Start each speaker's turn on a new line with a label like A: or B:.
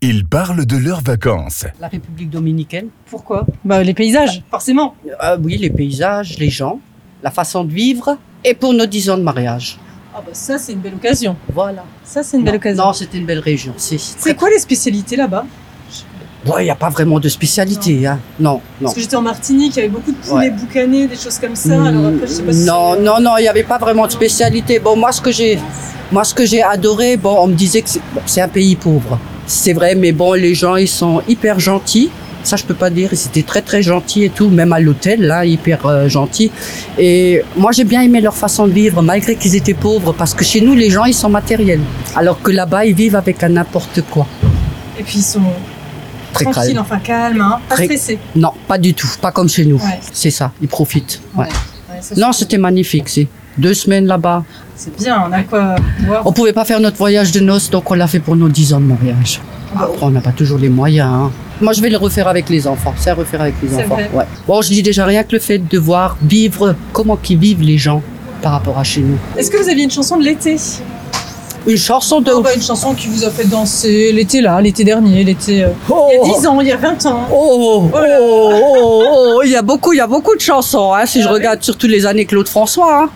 A: Ils parlent de leurs vacances.
B: La République dominicaine.
C: Pourquoi bah, Les paysages, forcément.
B: Ah oui, les paysages, les gens, la façon de vivre et pour nos 10 ans de mariage.
C: Ah bah, ça, c'est une belle occasion.
B: Voilà.
C: Ça, c'est une belle
B: Non,
C: occasion.
B: Non, c'était une belle région. C'est
C: C'est quoi les spécialités là-bas
B: Il n'y a pas vraiment de spécialité. hein. Non, non.
C: Parce que j'étais en Martinique, il y avait beaucoup de poulets boucanés, des choses comme ça. Alors après, je sais pas si.
B: Mm, non, non, non, il n'y avait pas vraiment de spécialité. Bon, moi, ce que j'ai, moi, ce que j'ai adoré, bon, on me disait que c'est- bon, c'est un pays pauvre. C'est vrai, mais bon, les gens, ils sont hyper gentils. Ça, je peux pas dire. Ils étaient très, très gentils et tout, même à l'hôtel, là, hyper euh, gentils. Et moi, j'ai bien aimé leur façon de vivre, malgré qu'ils étaient pauvres, parce que chez nous, les gens, ils sont matériels. Alors que là-bas, ils vivent avec un n'importe quoi.
C: Et puis ils sont
B: Très
C: tranquilles,
B: calme.
C: enfin calmes, hein, pas
B: Très-
C: stressés.
B: Non, pas du tout. Pas comme chez nous.
C: Ouais.
B: C'est ça. Ils profitent. Ouais.
C: Ouais, ça,
B: Non,
C: c'est-
B: c'était magnifique. C'est deux semaines là-bas.
C: C'est bien, on a quoi voir.
B: On pouvait pas faire notre voyage de noces, donc on l'a fait pour nos 10 ans de mariage. Après, on n'a pas toujours les moyens. hein. Moi, je vais le refaire avec les enfants. C'est à refaire avec les
C: C'est
B: enfants.
C: vrai.
B: Ouais. Bon, je dis déjà rien que le fait de voir vivre comment qu'ils vivent les gens par rapport à chez nous.
C: Est-ce que vous aviez une chanson de l'été
B: Une chanson de.
C: Oh, bah, Une chanson qui vous a fait danser l'été là, l'été dernier, l'été. euh, Il y a 10 ans, il y a 20 ans.
B: Oh, oh,
C: Oh là là.
B: oh, oh, oh, il y a beaucoup, il y a beaucoup de chansons. Hein, si je
C: Ah oui.
B: regarde surtout les années Claude François, hein.